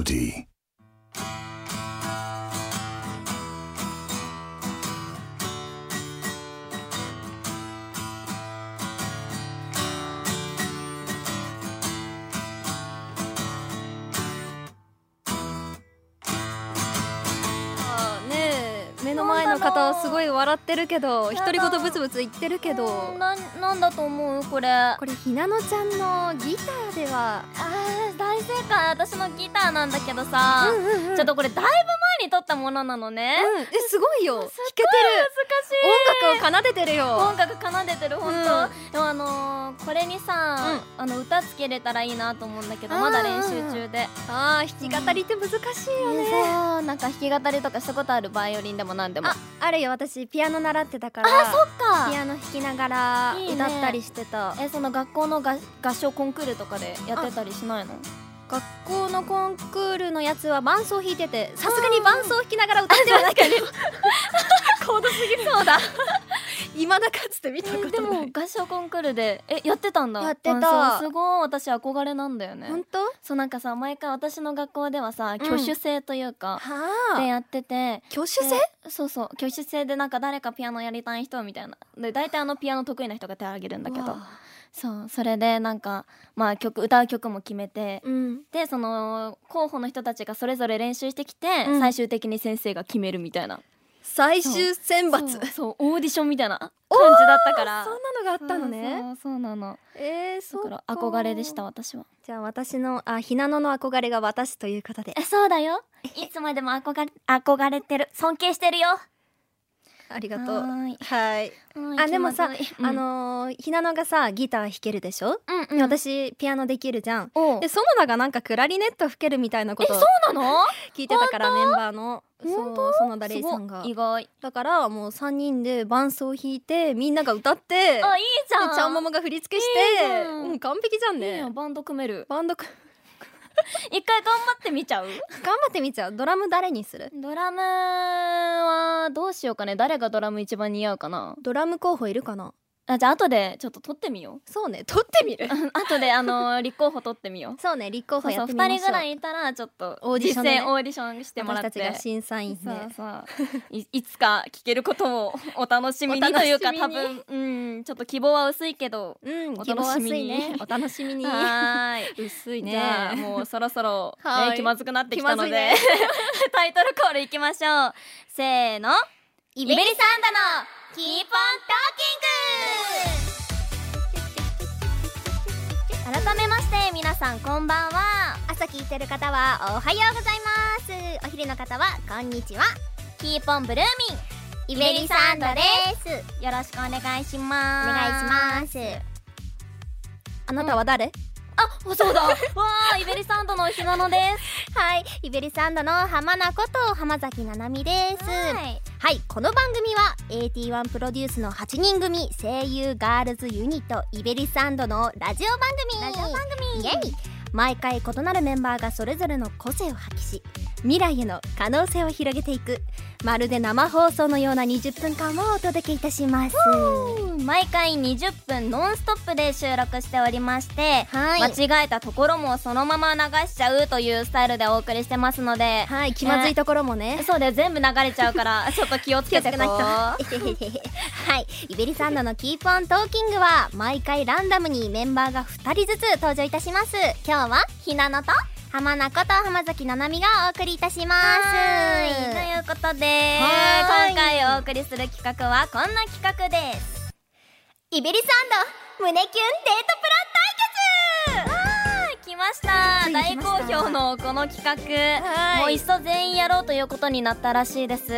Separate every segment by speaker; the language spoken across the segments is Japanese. Speaker 1: オーディ
Speaker 2: あーねえ目の前の方すごい笑ってるけ
Speaker 3: な
Speaker 2: ど
Speaker 3: ん
Speaker 2: 独
Speaker 3: だ
Speaker 2: り
Speaker 3: ろう
Speaker 2: 言ブツブツ言ってるけど
Speaker 3: ななんだと思うこれあ
Speaker 2: これひなのちゃんのギターでは
Speaker 3: ー大正解私のギターなんだけどさ、
Speaker 2: うんうんうん
Speaker 3: ちょっとこれだいぶ前に撮ったものなのね、
Speaker 2: うんえすごいよ弾けて
Speaker 3: 恥ずかしい
Speaker 2: る音楽を奏でてるよ
Speaker 3: 音楽奏でてる本当、でもあのーこれにさ、あの歌つけれたらいいなと思うんだけど
Speaker 2: あー
Speaker 3: まだ練習中で、
Speaker 2: あー弾き語りって難しいよね
Speaker 3: そうなんか弾き語りとかしたことあるバイオリンでもなんでも
Speaker 2: ああるよ私ピアノ習ってたから
Speaker 3: あそっか
Speaker 2: ピアノ弾きながら
Speaker 3: いいね
Speaker 2: 歌ったりしてた
Speaker 3: えその学校のが合唱コンクールとかでやってたりしないの
Speaker 2: 学校のコンクールのやつは伴奏弾いててさすがに伴奏弾きながら歌ってはないけど高度すぎそう だ未だかつて見たこ
Speaker 3: えで
Speaker 2: とな
Speaker 3: も
Speaker 2: い
Speaker 3: 合唱コンクールでえやってたんだ
Speaker 2: やって
Speaker 3: あ
Speaker 2: た
Speaker 3: そうすごい私憧れなんだよね
Speaker 2: 本当
Speaker 3: そうなんかさ毎回私の学校ではさ
Speaker 2: ん
Speaker 3: 挙手制というか、で
Speaker 2: はあ
Speaker 3: やってて
Speaker 2: 挙手制
Speaker 3: でそうそう挙手制でなんか誰かピアノやりたい人みたいなで大体あのピアノ得意な人が手を挙げるんだけどそうそれでなんかまあ曲歌う曲も決めて、
Speaker 2: うん
Speaker 3: でその候補の人たちがそれぞれ練習してきて、
Speaker 2: うん
Speaker 3: 最終的に先生が決めるみたいな
Speaker 2: 最終選抜
Speaker 3: そうそうオーディションみたいな感じだったから
Speaker 2: そんなのがあったの
Speaker 3: そう
Speaker 2: ね
Speaker 3: そうそうなの
Speaker 2: えー、
Speaker 3: だ
Speaker 2: そ
Speaker 3: か
Speaker 2: う
Speaker 3: ら憧れでした私は
Speaker 2: じゃあ私のあひなのの憧れが私ということで
Speaker 3: えそうだよいつまでも憧れ憧れてる尊敬してるよ
Speaker 2: あり
Speaker 3: あ
Speaker 2: がとう
Speaker 3: い
Speaker 2: は
Speaker 3: は
Speaker 2: い
Speaker 3: ーい
Speaker 2: あでもさ、
Speaker 3: 気まずい
Speaker 2: あのーひなのがさギター弾けるでしょ、
Speaker 3: うんうんうん
Speaker 2: で私ピアノできるじゃん
Speaker 3: おう
Speaker 2: で園田がなんかクラリネット吹けるみたいなこ
Speaker 3: え
Speaker 2: と
Speaker 3: そ
Speaker 2: を
Speaker 3: うなの
Speaker 2: 聞いてたからメンバーの
Speaker 3: 本
Speaker 2: そう園田レイさん
Speaker 3: す
Speaker 2: が
Speaker 3: ごい意外
Speaker 2: だからもう3人で伴奏弾いてみんなが歌って
Speaker 3: あいいじゃん
Speaker 2: でちゃんママが振り付けし
Speaker 3: いいじ
Speaker 2: て
Speaker 3: ゃん
Speaker 2: うん完璧じゃん
Speaker 3: いい
Speaker 2: ね
Speaker 3: よバンド組める
Speaker 2: バンドく
Speaker 3: 一回頑張ってみちゃう
Speaker 2: 頑張ってみちゃうドラム誰にする
Speaker 3: ドラムはどうしようかね誰がドラム一番似合うかな
Speaker 2: ドラム候補いるかな
Speaker 3: あじゃあ後でちょっと撮ってみよ
Speaker 2: そうね撮ってみる
Speaker 3: う 後であの立候補撮ってみよう
Speaker 2: そうね立候
Speaker 3: そ
Speaker 2: 補
Speaker 3: うそ
Speaker 2: や
Speaker 3: う
Speaker 2: ってみま
Speaker 3: 2
Speaker 2: しょう
Speaker 3: 人ぐらいいたらちょっと
Speaker 2: オーディションでね
Speaker 3: 実践オーディションしてもら
Speaker 2: 私
Speaker 3: って
Speaker 2: たちが審査員
Speaker 3: そ
Speaker 2: ね
Speaker 3: うそう いいつか聞けることを お楽しみ
Speaker 2: お
Speaker 3: に
Speaker 2: 楽
Speaker 3: と
Speaker 2: しみ
Speaker 3: い
Speaker 2: に
Speaker 3: うか多分うんちょっと希望は薄いけど
Speaker 2: うん
Speaker 3: お
Speaker 2: 希望
Speaker 3: 楽
Speaker 2: は
Speaker 3: し
Speaker 2: 薄
Speaker 3: み
Speaker 2: い
Speaker 3: に
Speaker 2: ねお楽しみに
Speaker 3: はーい
Speaker 2: 薄い
Speaker 3: じゃあ
Speaker 2: ね
Speaker 3: もうそろそろ、ね
Speaker 2: はい
Speaker 3: 気まずくなってきたので、
Speaker 2: 気ま
Speaker 3: タイトルコールいきましょうせーのイベリサンダのキーポントーキング改めまして皆さんこんばんは
Speaker 4: 朝聞いてる方はおはようございますお昼の方はこんにちは
Speaker 3: キーポンブルー
Speaker 4: イ
Speaker 3: ミン
Speaker 4: ベリサンドです
Speaker 3: よろしくお願いし
Speaker 4: お
Speaker 3: ます
Speaker 4: 願いします
Speaker 2: あなたは誰
Speaker 3: あそうだわあイベリサンドのひなので す
Speaker 4: はいイベリサンドの浜名こと浜崎奈々美ですはい、
Speaker 3: い
Speaker 4: この番組は AT1 プロデュースの8人組声優ガールズユニットイベリサンドのラジオ番組
Speaker 3: ラジオ番組
Speaker 4: イエイ毎回異なるメンバーがそれぞれの個性を発揮し未来への可能性を広げていくまるで生放送のような20分間をお届けいたします
Speaker 3: 毎回20分ノンストップで収録しておりまして、
Speaker 4: はい
Speaker 3: 間違えたところもそのまま流しちゃうというスタイルでお送りしてますので、
Speaker 2: はい気まずいところもね
Speaker 3: そうで全部流れちゃうから ちょっと気をつけてこう
Speaker 4: えへへへはい、イベリサンドのキープオントーキングは毎回ランダムにメンバーが2人ずつ登場いたします今日はひなのと浜名こと浜崎ななみがお送りいたしま
Speaker 3: はい
Speaker 4: す
Speaker 3: と
Speaker 4: はい
Speaker 3: いうことで
Speaker 4: はい
Speaker 3: 今回お送りする企画はこんな企画です
Speaker 4: イベリサンド胸キュンデートプラン対決
Speaker 3: 来ました
Speaker 2: ついに
Speaker 3: 大
Speaker 2: 来ま
Speaker 3: 好
Speaker 2: した
Speaker 3: 評のこの企
Speaker 2: は
Speaker 3: 画
Speaker 2: い
Speaker 3: もういっそ全員やろうということになったらしいです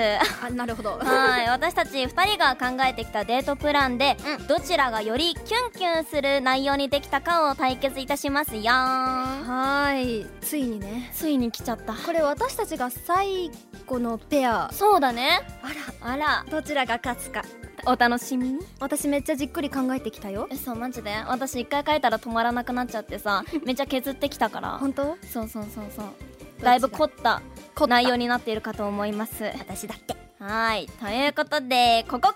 Speaker 2: あなるほど
Speaker 3: はい、私たち2人が考えてきたデートプランで、どちらがよりキュンキュンする内容にできたかを対決いたしますよ
Speaker 2: はいついにね
Speaker 3: ついに来ちゃった
Speaker 2: これ私たちが最後のペア
Speaker 3: そうだね
Speaker 2: あ
Speaker 3: あら
Speaker 2: らどちらが勝つか
Speaker 3: お楽しみに
Speaker 2: 私めっちゃじっくり考えてきたよ
Speaker 3: えそうマジで私一回書いたら止まらなくなっちゃってさめっちゃ削ってきたから
Speaker 2: 本当
Speaker 3: そうそうそうそうだいぶ凝った
Speaker 2: 凝った
Speaker 3: 内容になっているかと思います
Speaker 4: 私だって
Speaker 3: はいということでここか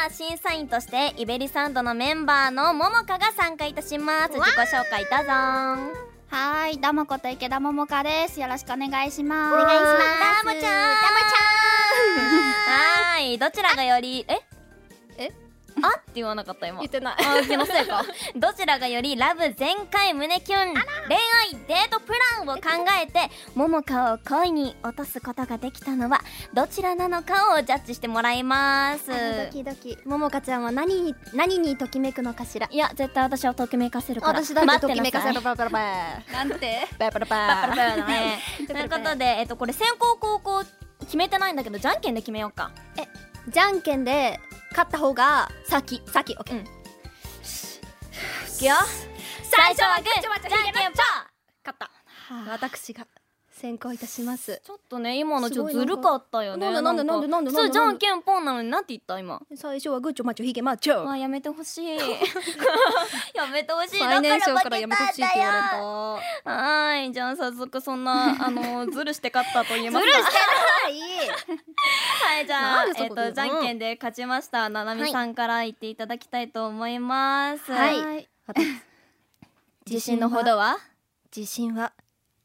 Speaker 3: らは審査員としてイベリサンドのメンバーのももかが参加いたします自己紹介どうぞ
Speaker 1: はーい、ダモこと池田桃香です。よろしくお願いします。
Speaker 4: お願いします
Speaker 1: ダモちゃん。
Speaker 3: はーいどちらがよりえ
Speaker 2: え
Speaker 3: あって言わなかった今
Speaker 2: 言ってない
Speaker 3: あ気のせいかどちらがよりラブ全開胸キュン恋愛デートプランを考えて桃香を恋に落とすことができたのはどちらなのかをジャッジしてもらいます
Speaker 4: あドキドキももかちゃんは何に何にときめくのかしら
Speaker 3: いや絶対私はときめかせるから
Speaker 4: 私だってときめ
Speaker 3: 待
Speaker 4: か
Speaker 3: って
Speaker 4: せ
Speaker 3: な
Speaker 4: る
Speaker 3: さい
Speaker 4: バラバラ
Speaker 2: なんて
Speaker 4: バラバラバラバラ
Speaker 3: だよねということで、えっと、これ先攻後攻決めてないんだけどじゃんけんで決めようか
Speaker 4: じゃんけんで勝った方が先先オッケー
Speaker 3: いくよ最初はグーじゃんけんパ
Speaker 2: 勝った
Speaker 1: は
Speaker 4: 私が先行いたします
Speaker 3: ーちょっとね今のちょっとずるかったよね
Speaker 4: すごいなんかなんでなんでなんでなんでなんで
Speaker 3: 普通じゃんけんポンなのになんて言った今
Speaker 4: 最初はグーチョマチョヒゲマチョ
Speaker 3: あやめてほし いやめてほ しい
Speaker 2: 最年少からやめてほしいって言われ
Speaker 3: だから負けたん
Speaker 2: た
Speaker 3: だよはーいじゃあ早速そん なあのずるして勝ったと言えますかずるしてはいじゃ
Speaker 2: な
Speaker 3: あ
Speaker 2: んでそ
Speaker 3: え
Speaker 2: こ
Speaker 3: っ
Speaker 2: で
Speaker 3: とじゃんけんで勝ちましたななみさんから言っていただきたいと思います
Speaker 4: はい
Speaker 2: はい
Speaker 3: 自信のほどは
Speaker 4: 自信は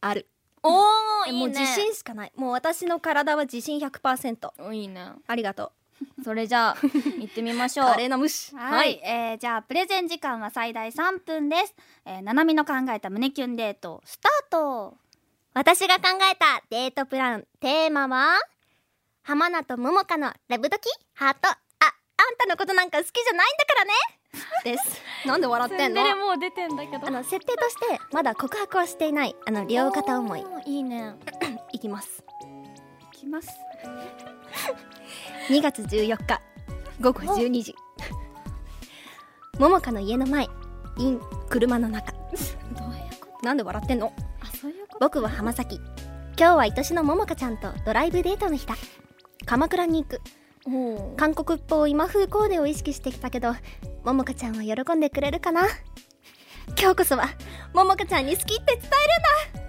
Speaker 4: ある
Speaker 3: おおいいね
Speaker 4: もう自信しかないもう私の体は自信100%
Speaker 3: おいいね
Speaker 4: ありがと
Speaker 3: それじ ゃあ行ってみまし
Speaker 4: う
Speaker 3: ょう
Speaker 4: 華麗な無視
Speaker 1: い。はい、えー、じゃあプレゼン時間は最大3分です。えー、ななみの考えた胸キュンデートスタート。
Speaker 4: 私が考えたデートプランテーマは浜名と桃香のラブドキハートああんたのことなんか好きじゃないんだからねです
Speaker 2: なんで笑ってんの
Speaker 3: もう出てんだけど
Speaker 4: あの設定としてまだ告白はしていないあの両肩思い
Speaker 3: いいね
Speaker 4: いきます
Speaker 1: いきます。
Speaker 4: 2月14日午後12時桃香の家の前 in 車の中なんで笑ってんの
Speaker 1: あ、そういうこ
Speaker 4: 僕は浜崎今日は愛しの桃香ちゃんとドライブデートの日だ鎌倉に行く
Speaker 3: お
Speaker 4: 韓国っぽい今風コーデを意識してきたけど桃香ちゃんは喜んでくれるかな今日こそは桃香ちゃんに好きって伝えるんだ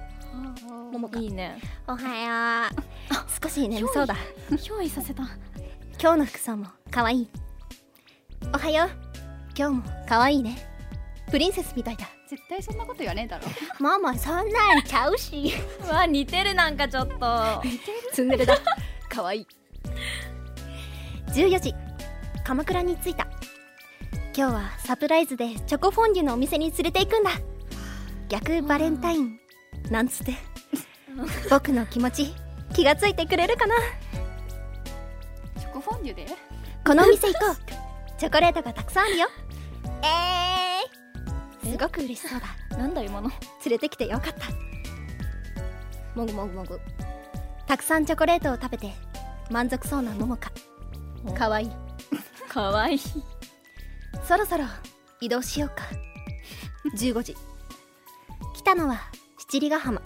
Speaker 3: いいね
Speaker 4: おはよう少し眠そうだ
Speaker 1: と。憑依させた。
Speaker 4: 今日の服装も可愛いおはよう今日も可愛いねプリンセスみたいだ
Speaker 1: 絶対そんなこと言わねえだろ。
Speaker 4: ママそんなんちゃうし
Speaker 3: うわ似てるなんかちょっと
Speaker 4: ツンデレだ可愛い14時鎌倉に着いた今日はサプライズでチョコフォンデュのお店に連れて行くんだ逆バレンタインなんつって 僕の気持ち気がついてくれるかな
Speaker 1: チョコフォンデュで。
Speaker 4: このお店行こうチョコレートがたくさんあるよえー、すごく嬉しそうだ
Speaker 3: なんだ今の
Speaker 4: 連れてきてよかったもぐもぐもぐたくさんチョコレートを食べて満足そうな桃かかわいい
Speaker 3: かわいい
Speaker 4: そろそろ移動しようか15時来たのは七里ヶ浜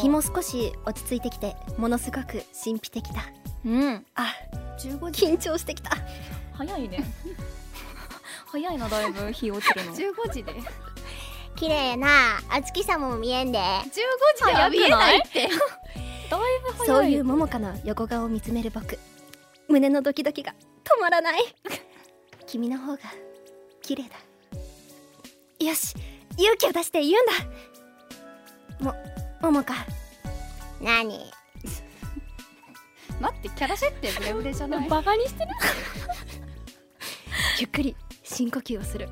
Speaker 4: 日も少し落ち着いてきてものすごく神秘的だ
Speaker 3: うん
Speaker 4: あ
Speaker 1: 15時。
Speaker 4: 緊張してきた
Speaker 3: 早いね早いなだいぶ日落ちるの
Speaker 1: 15時で。15
Speaker 4: 綺麗なお月様も見えんで
Speaker 1: 時では見え ないっ
Speaker 3: だ
Speaker 1: て。
Speaker 3: いぶ早い
Speaker 4: そういう桃香の横顔を見つめる僕胸のドキドキが止まらない 君の方が綺麗だよし勇気を出して言うんだも桃香何
Speaker 1: 待って、キャラ設定ブレブレじゃない。
Speaker 3: バカにしてる
Speaker 4: ゆっくり深呼吸をする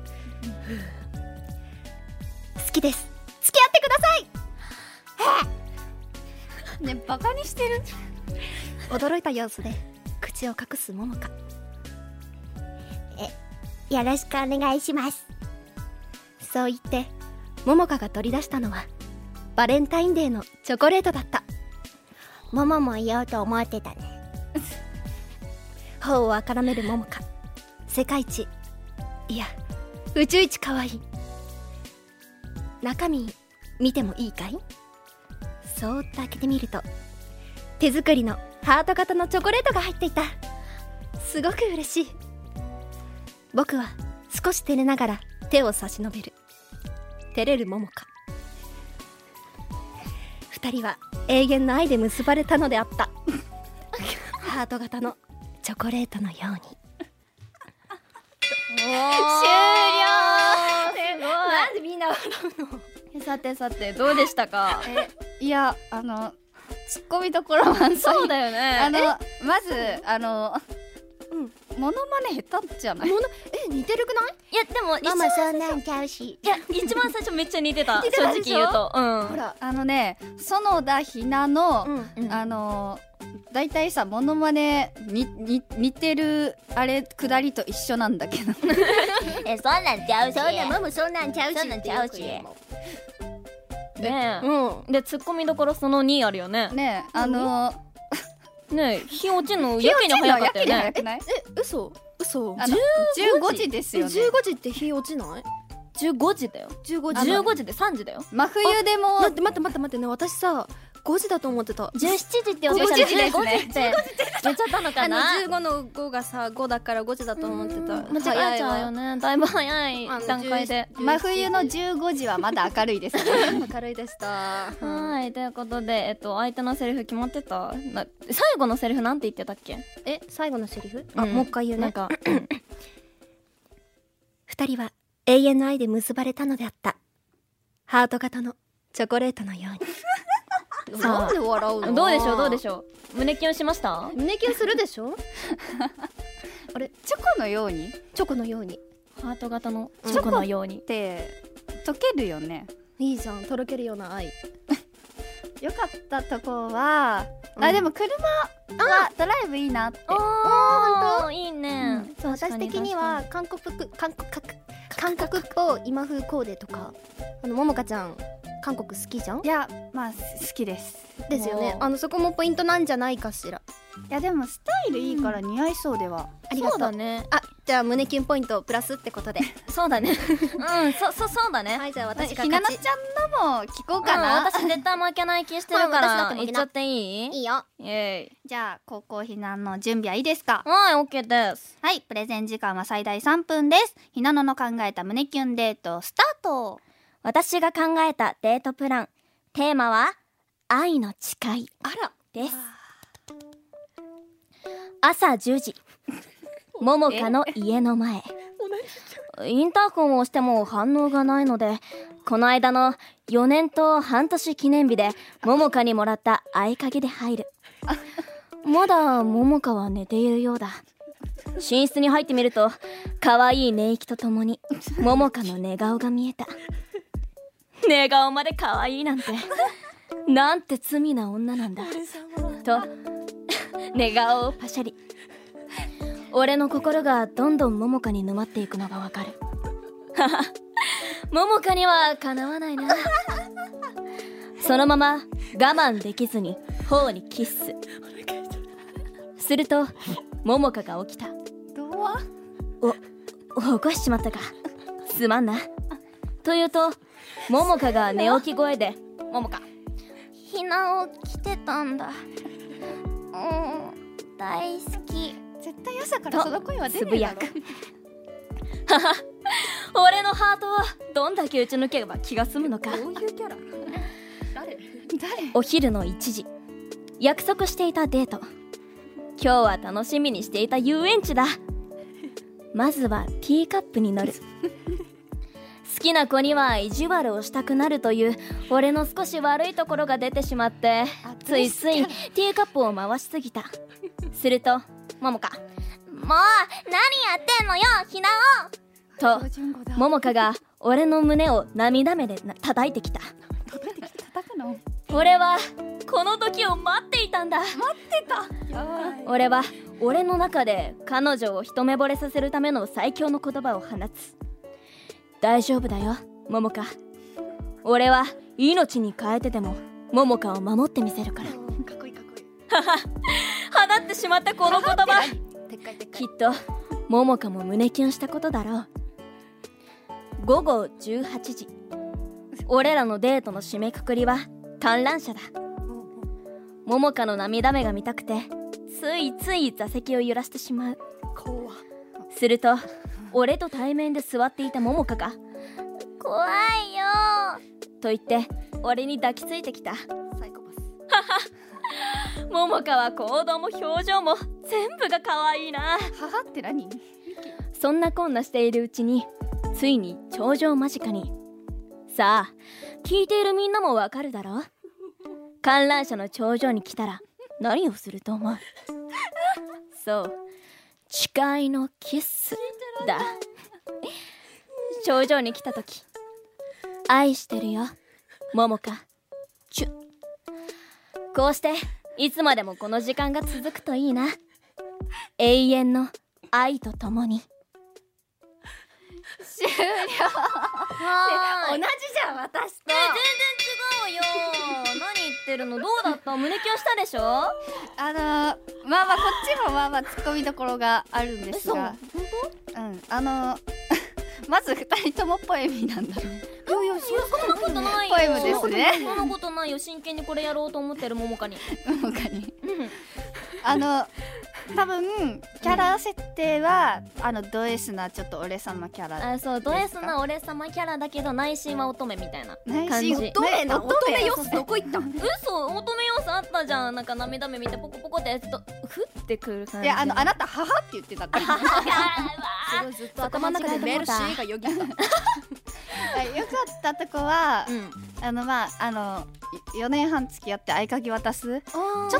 Speaker 4: 好きです付き合ってください
Speaker 1: ね、バカにしてる。
Speaker 4: 驚いた様子で口を隠す桃香えよろしくお願いしますそう言って桃香が取り出したのはバレンタインデーのチョコレートだった桃も言おうと思ってたね頬をあからめる桃香世界一いや宇宙一可愛い中身見てもいいかいそーっと開けてみると手作りのハート型のチョコレートが入っていたすごく嬉しい僕は少し照れながら手を差し伸べる照れる桃か二人は永遠の愛で結ばれたのであった ハート型のチョコレートのように
Speaker 3: 終了すご
Speaker 4: んで
Speaker 3: い
Speaker 4: みんな
Speaker 1: えさてさてどうでしたか
Speaker 2: いやあのツッコミどころ満載
Speaker 1: そうだよね
Speaker 2: あのまずあの、モノマネ下手じゃない
Speaker 1: え似てるくない
Speaker 3: いやでも一
Speaker 4: マ
Speaker 3: 番
Speaker 4: マそんなんちゃうし
Speaker 3: いや一番最初めっちゃ似てた
Speaker 1: 似て
Speaker 3: 正
Speaker 1: た
Speaker 3: 直
Speaker 1: でしょ
Speaker 3: 言うとうん
Speaker 2: ほらあのね園田ひなの、
Speaker 3: うん
Speaker 2: あのだいたいさモノマネにに似てるあれ下りと一緒なんだけど
Speaker 3: えそんなんちゃうし
Speaker 4: そんなママそんなんちゃうし
Speaker 3: そんなんちゃうし
Speaker 4: ってよく言うもん
Speaker 3: ね
Speaker 1: う
Speaker 3: え
Speaker 1: ん
Speaker 3: でツッコミどころその2あるよね
Speaker 2: ねあの
Speaker 3: ねえ日落ちるのやけに早かったよね
Speaker 2: 日落ちるのやけに早くない
Speaker 1: え嘘嘘
Speaker 2: あの15時です
Speaker 1: え
Speaker 2: よね
Speaker 1: 15時って日落ちない
Speaker 3: 15時だよ
Speaker 1: 15時
Speaker 3: 15時で3時だよ
Speaker 2: 真冬でも
Speaker 1: 待って待って待って待ってね私さ5時だと思ってた
Speaker 3: 17時って
Speaker 2: おっしゃ
Speaker 3: 15
Speaker 2: る
Speaker 3: 時って言っちゃったのか
Speaker 1: あの
Speaker 3: な
Speaker 1: 15の5がさ5だから5時だと思ってた
Speaker 3: 間違えちゃうよねだいぶ早い
Speaker 1: あの
Speaker 3: 段階で
Speaker 2: 真冬の15時はまだ明るいですね
Speaker 1: 明るいでした
Speaker 3: はいということでえっと相手のセリフ決まってたな最後のセリフなんて言ってたっけ
Speaker 4: え最後のセリフ
Speaker 3: う
Speaker 4: あ
Speaker 3: ん
Speaker 4: もう一回言う
Speaker 3: なん
Speaker 4: ね
Speaker 3: か
Speaker 4: 二人は永遠の愛で結ばれたのであったハート型のチョコレートのように
Speaker 1: なんで笑うの
Speaker 3: どうでしょうどうでしょう胸キュンしました
Speaker 1: 胸キュンするでしょ
Speaker 2: あれチョコのようにっ
Speaker 4: チョコのように
Speaker 3: ハート型のチョコのように
Speaker 2: て溶けるよね
Speaker 1: いいじゃんとろけるような愛
Speaker 2: 良かったとこは、
Speaker 1: うん
Speaker 2: あでも車はドライブいいなって
Speaker 3: おーいいね
Speaker 4: 私的には韓国韓国韓国っぽい今風コーデとかあのももかちゃん韓国好きじゃん
Speaker 2: いやまあす好きです
Speaker 4: ですよね
Speaker 3: もう
Speaker 4: あのそこもポイントなんじゃないかしら
Speaker 2: いやでもスタイルいいから似合いそうでは、
Speaker 4: ありが
Speaker 3: そう
Speaker 4: と
Speaker 3: だ
Speaker 4: う
Speaker 3: ね
Speaker 4: あじゃあ胸キュンポイントプラスってことで
Speaker 3: そうだねうんそそそうだ ね
Speaker 4: はいじゃあ
Speaker 2: ね
Speaker 4: 私が
Speaker 2: ひな
Speaker 4: 勝
Speaker 2: な
Speaker 4: ち
Speaker 2: ちゃんのも聞こうかな、
Speaker 3: うん私絶対負けない気してる
Speaker 4: は
Speaker 3: か
Speaker 4: い私だっ
Speaker 3: ら
Speaker 4: て負
Speaker 3: 言
Speaker 4: けな
Speaker 3: っ
Speaker 4: い
Speaker 3: ちゃっていい
Speaker 4: いいよ
Speaker 3: イエイ
Speaker 2: じゃあ高校避難の準備はいいですか
Speaker 3: はいオッケーです
Speaker 2: はいプレゼン時間は最大3分ですひなのの考えた胸キュンデートスタート
Speaker 3: 私が考えたデートプランテーマは愛の誓い
Speaker 1: あら
Speaker 3: です朝10時 ももかの家の前インターホンを押しても反応がないのでこの間の4年と半年記念日でももかにもらった合鍵で入るまだももかは寝ているようだ寝室に入ってみると可愛い寝息とともにももかの寝顔が見えた寝顔まで可愛いなんてなんて罪な女なんだと寝顔をパシャリ俺の心がどんどん桃香に沼っていくのがわかる桃香にはかなわないなそのまま我慢できずに頬にキッスすると桃香が起きた
Speaker 2: どうは
Speaker 3: 起こしちまったかすまんなというと桃香が寝起き声で「桃香
Speaker 4: ひなを着てたんだうん大好き
Speaker 2: 絶対朝からその声は出るだろ
Speaker 3: と俺のハートはどんだけ打ち抜けば気が済むのか」
Speaker 1: ういうキャラ
Speaker 2: 誰
Speaker 1: 誰
Speaker 3: お昼の1時約束していたデート今日は楽しみにしていた遊園地だまずはティーカップに乗る好きな子には意地悪をしたくなるという俺の少し悪いところが出てしまってついついティーカップを回しすぎたするとももか
Speaker 4: もう何やってんのよひな
Speaker 3: と
Speaker 2: 標準語だ
Speaker 3: ももかが俺の胸を涙目で叩いてきた
Speaker 2: 叩いてきた叩くの
Speaker 3: 俺はこの時を待っていたんだ
Speaker 2: やばい
Speaker 3: 俺は俺の中で彼女を一目惚れさせるための最強の言葉を放つ大丈夫だよ桃花俺は命に変えてでも桃花を守ってみせるから
Speaker 1: かっこいいかっこいい
Speaker 3: 放ってしまったこの言葉
Speaker 1: でっかいでっか
Speaker 3: きっと桃花も胸キュンしたことだろう午後18時俺らのデートの締めくくりは観覧車だ桃花の涙目が見たくてついつい座席を揺らしてしまう
Speaker 1: 怖
Speaker 3: すると俺と対面で座っていた桃香が「怖いよー」と言って俺に抱きついてきた
Speaker 1: サイコパス
Speaker 3: 桃香は行動も表情も全部が可愛いな
Speaker 2: 母って何
Speaker 3: そんなこんなしているうちについに頂上間近にさ聞いているみんなもわかるだろ観覧車の頂上に来たら何をすると思うそう誓いのキスだ頂上に来た時愛してるよ桃花チュこうしていつまでもこの時間が続くといいな永遠の愛とともに
Speaker 2: 終了同じじゃん私と
Speaker 3: 違うよ何言ってるのどうだった胸キュンしたでしょ
Speaker 2: あのーまあまあこっちもまあまあツッコミどころがあるんですがうんあのー まず二人ともポエミなんだね
Speaker 3: いやいやそんなことないよ
Speaker 2: ポエムですね
Speaker 3: そんなことないよ真剣にこれやろうと思ってるももかに
Speaker 2: ももかにあの多分キャラ設定は、あのド S なちょっと俺様キャラ
Speaker 3: あそうド S な俺様キャラだけど内心は乙女みたいな感
Speaker 2: 内
Speaker 3: じ
Speaker 2: 心乙女の乙女よどこ行 った
Speaker 3: 嘘乙女要素あったじゃんなんか涙目見てポコポコってとふってくる感
Speaker 2: い
Speaker 3: じ
Speaker 2: やあのあなた母って言ってたからすごいずっと頭の中でメール C がよぎった はいよかったとこは、
Speaker 3: うん
Speaker 2: あのまああの4年半付き合って合鍵渡すちょっ
Speaker 3: う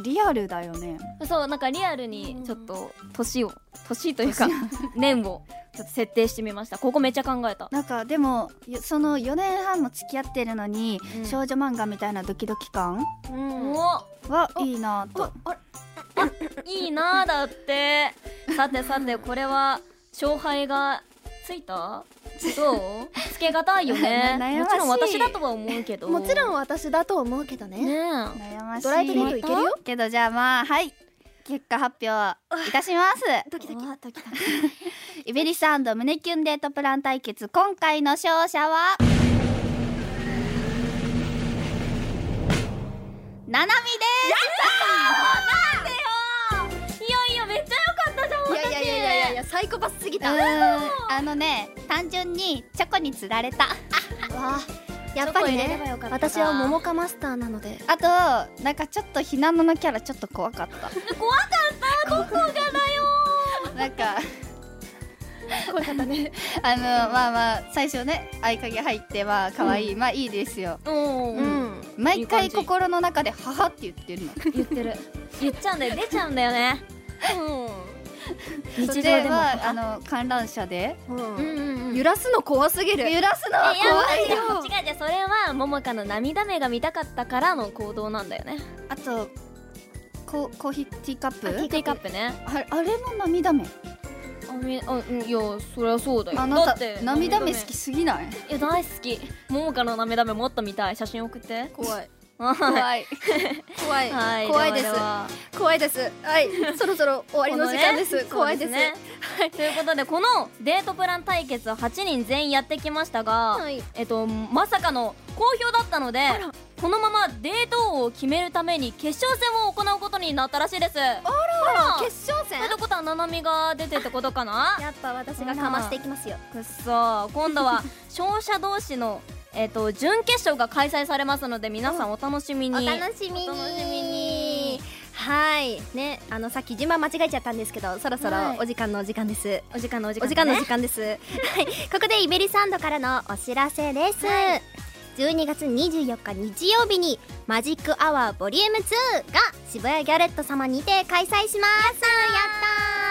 Speaker 2: とリアルだよね
Speaker 3: んそうなんかリアルにちょっと年を年というか年をちょっと設定してみましたここめっちゃ考えた
Speaker 2: なんかでもよその4年半も付き合ってるのに、
Speaker 3: うん
Speaker 2: 少女漫画みたいなドキドキ感
Speaker 3: お
Speaker 2: はいいなと
Speaker 3: いいなあだってさてさてこれは勝敗がついたどうつけがたいよね
Speaker 2: 悩まし
Speaker 3: もち
Speaker 2: い
Speaker 3: ろん私だとは思うけど
Speaker 4: もちろん
Speaker 3: ん
Speaker 4: 私だと思うけどね
Speaker 3: ねえ
Speaker 2: 悩ましい
Speaker 4: ドライブデートいけるよ
Speaker 2: けどじゃあまあはい結果発表いたします
Speaker 4: ドキドキドキドキ
Speaker 2: イベリス胸キュンデートプラン対決今回の勝者は
Speaker 1: ななみ
Speaker 3: いやいやめっちゃ良かったじゃん
Speaker 4: い
Speaker 3: 私
Speaker 4: やいやいやいやいやサイコパスすぎ
Speaker 2: うー
Speaker 4: たわ
Speaker 2: んあのね単純にチョコに釣られた
Speaker 4: あやっぱり
Speaker 3: チョコ入れれば
Speaker 4: ね
Speaker 3: よかったな
Speaker 4: 私は桃花マスターなので
Speaker 2: あとなんかちょっとひなののキャラちょっと怖かった
Speaker 3: 怖かったここがだよ
Speaker 2: なんか
Speaker 4: 怖かったね
Speaker 2: あのまあまあ最初ね合鍵入ってまあ可愛い、まあいいですよ
Speaker 3: うん、
Speaker 4: うん
Speaker 2: 毎
Speaker 3: い
Speaker 2: 回
Speaker 3: い感じ
Speaker 2: 心の中で「母」って言ってるの
Speaker 3: 言ってる言っちゃうんだよ出ちゃうんだよねうん
Speaker 2: そ
Speaker 3: 日常
Speaker 2: れ
Speaker 3: でも
Speaker 2: はあの観覧車で
Speaker 3: うんうんうん
Speaker 4: 揺らすの怖すぎる
Speaker 2: 揺らすの
Speaker 3: え
Speaker 2: は
Speaker 3: やば
Speaker 2: 怖
Speaker 3: い
Speaker 2: いよ
Speaker 3: よ違う違うそれはももかの涙目が見たかったからの行動なんだよね
Speaker 2: あとココーヒーティーカップ
Speaker 3: ティーカップね
Speaker 2: ああれも涙目
Speaker 3: あみあうんいやそりゃそうだよ
Speaker 2: あな
Speaker 3: だったて
Speaker 2: 涙目好きすぎない
Speaker 3: いや大好きももかの涙目もっと見たい写真送って
Speaker 4: 怖い
Speaker 3: は
Speaker 4: 怖い怖
Speaker 3: いはいい
Speaker 4: 怖いです
Speaker 3: はは
Speaker 4: 怖いですはいそろそろ終わりの時間です
Speaker 3: このね
Speaker 4: 怖いです
Speaker 3: そうねはいということでこのデートプラン対決を8人全員やってきましたが、
Speaker 4: はい
Speaker 3: えっとまさかの好評だったのでこのままデート王を決めるために決勝戦を行うことになったらしいですあら
Speaker 4: 決勝戦
Speaker 3: ということはななみが出てってことかな
Speaker 4: やっぱ私がかましていきますよ
Speaker 3: くっそー今度は勝者同士のえっ、と準決勝が開催されますので皆さんお楽しみに
Speaker 4: お楽しみに
Speaker 3: お楽しみに
Speaker 4: はいねあのさっき順番間違えちゃったんですけどそろそろ
Speaker 3: はい
Speaker 4: お時間のお時間です、
Speaker 3: お時間のお時
Speaker 4: お
Speaker 3: 間,、ね、
Speaker 4: 時間の時間です、はいここでイベリサンドからのお知らせです、12月24日日曜日にマジックアワーボリューム2が渋谷ギャレット様にて開催しますやっ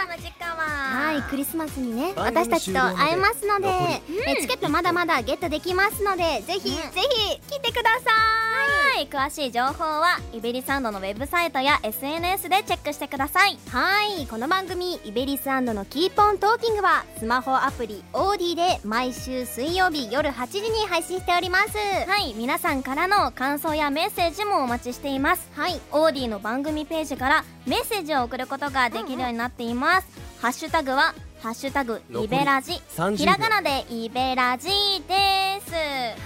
Speaker 4: たー
Speaker 3: マジか
Speaker 4: はい
Speaker 3: わ
Speaker 4: クリスマスにね
Speaker 5: 番組
Speaker 4: 私たちと会えますので
Speaker 5: 終了ま、
Speaker 4: えチケットまだまだゲットできますのでぜひ、ぜひ来てくださ
Speaker 3: はい詳しい情報はイベリサンドのウェブサイトや SNS でチェックしてください
Speaker 4: いはいこの番組「イベリスのキーポントーキング」はスマホアプリ OD で毎週水曜日夜8時に配信しております
Speaker 3: はい皆さんからの感想やメッセージもお待ちしていますはいオーディの番組ページからメッセージを送ることができるようになっています、ハッシュタグはハッシュタグイベラジ
Speaker 5: 30秒
Speaker 3: ひらがなでイベラジです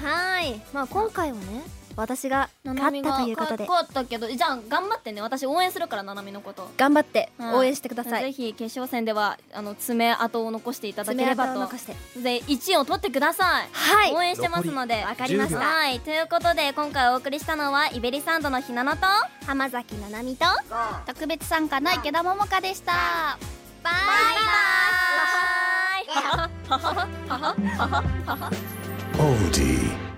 Speaker 4: はい、まあ今回はね、私が
Speaker 3: なな
Speaker 4: 勝っ
Speaker 3: み
Speaker 4: た
Speaker 3: が
Speaker 4: ということで、
Speaker 3: 勝ったけどじゃあ頑張ってね私応援するからななみのこと
Speaker 4: 頑張って
Speaker 3: はい
Speaker 4: 応援してくださ
Speaker 3: ぜ
Speaker 4: い。
Speaker 3: ひ決勝戦ではあの爪痕を残していただけ
Speaker 4: 爪
Speaker 3: れ
Speaker 4: 痕を
Speaker 3: ばと
Speaker 4: 残して、
Speaker 3: で1位を取ってください
Speaker 4: はい、
Speaker 3: 応援してますので
Speaker 5: 残り
Speaker 3: わ
Speaker 5: かりました10秒
Speaker 3: はいということで今回お送りしたのはイベリサンドのひなのと
Speaker 4: 浜崎ななみと、
Speaker 2: 特別参加の池田桃香でした
Speaker 4: バイバイ。
Speaker 3: バイバイ
Speaker 5: OD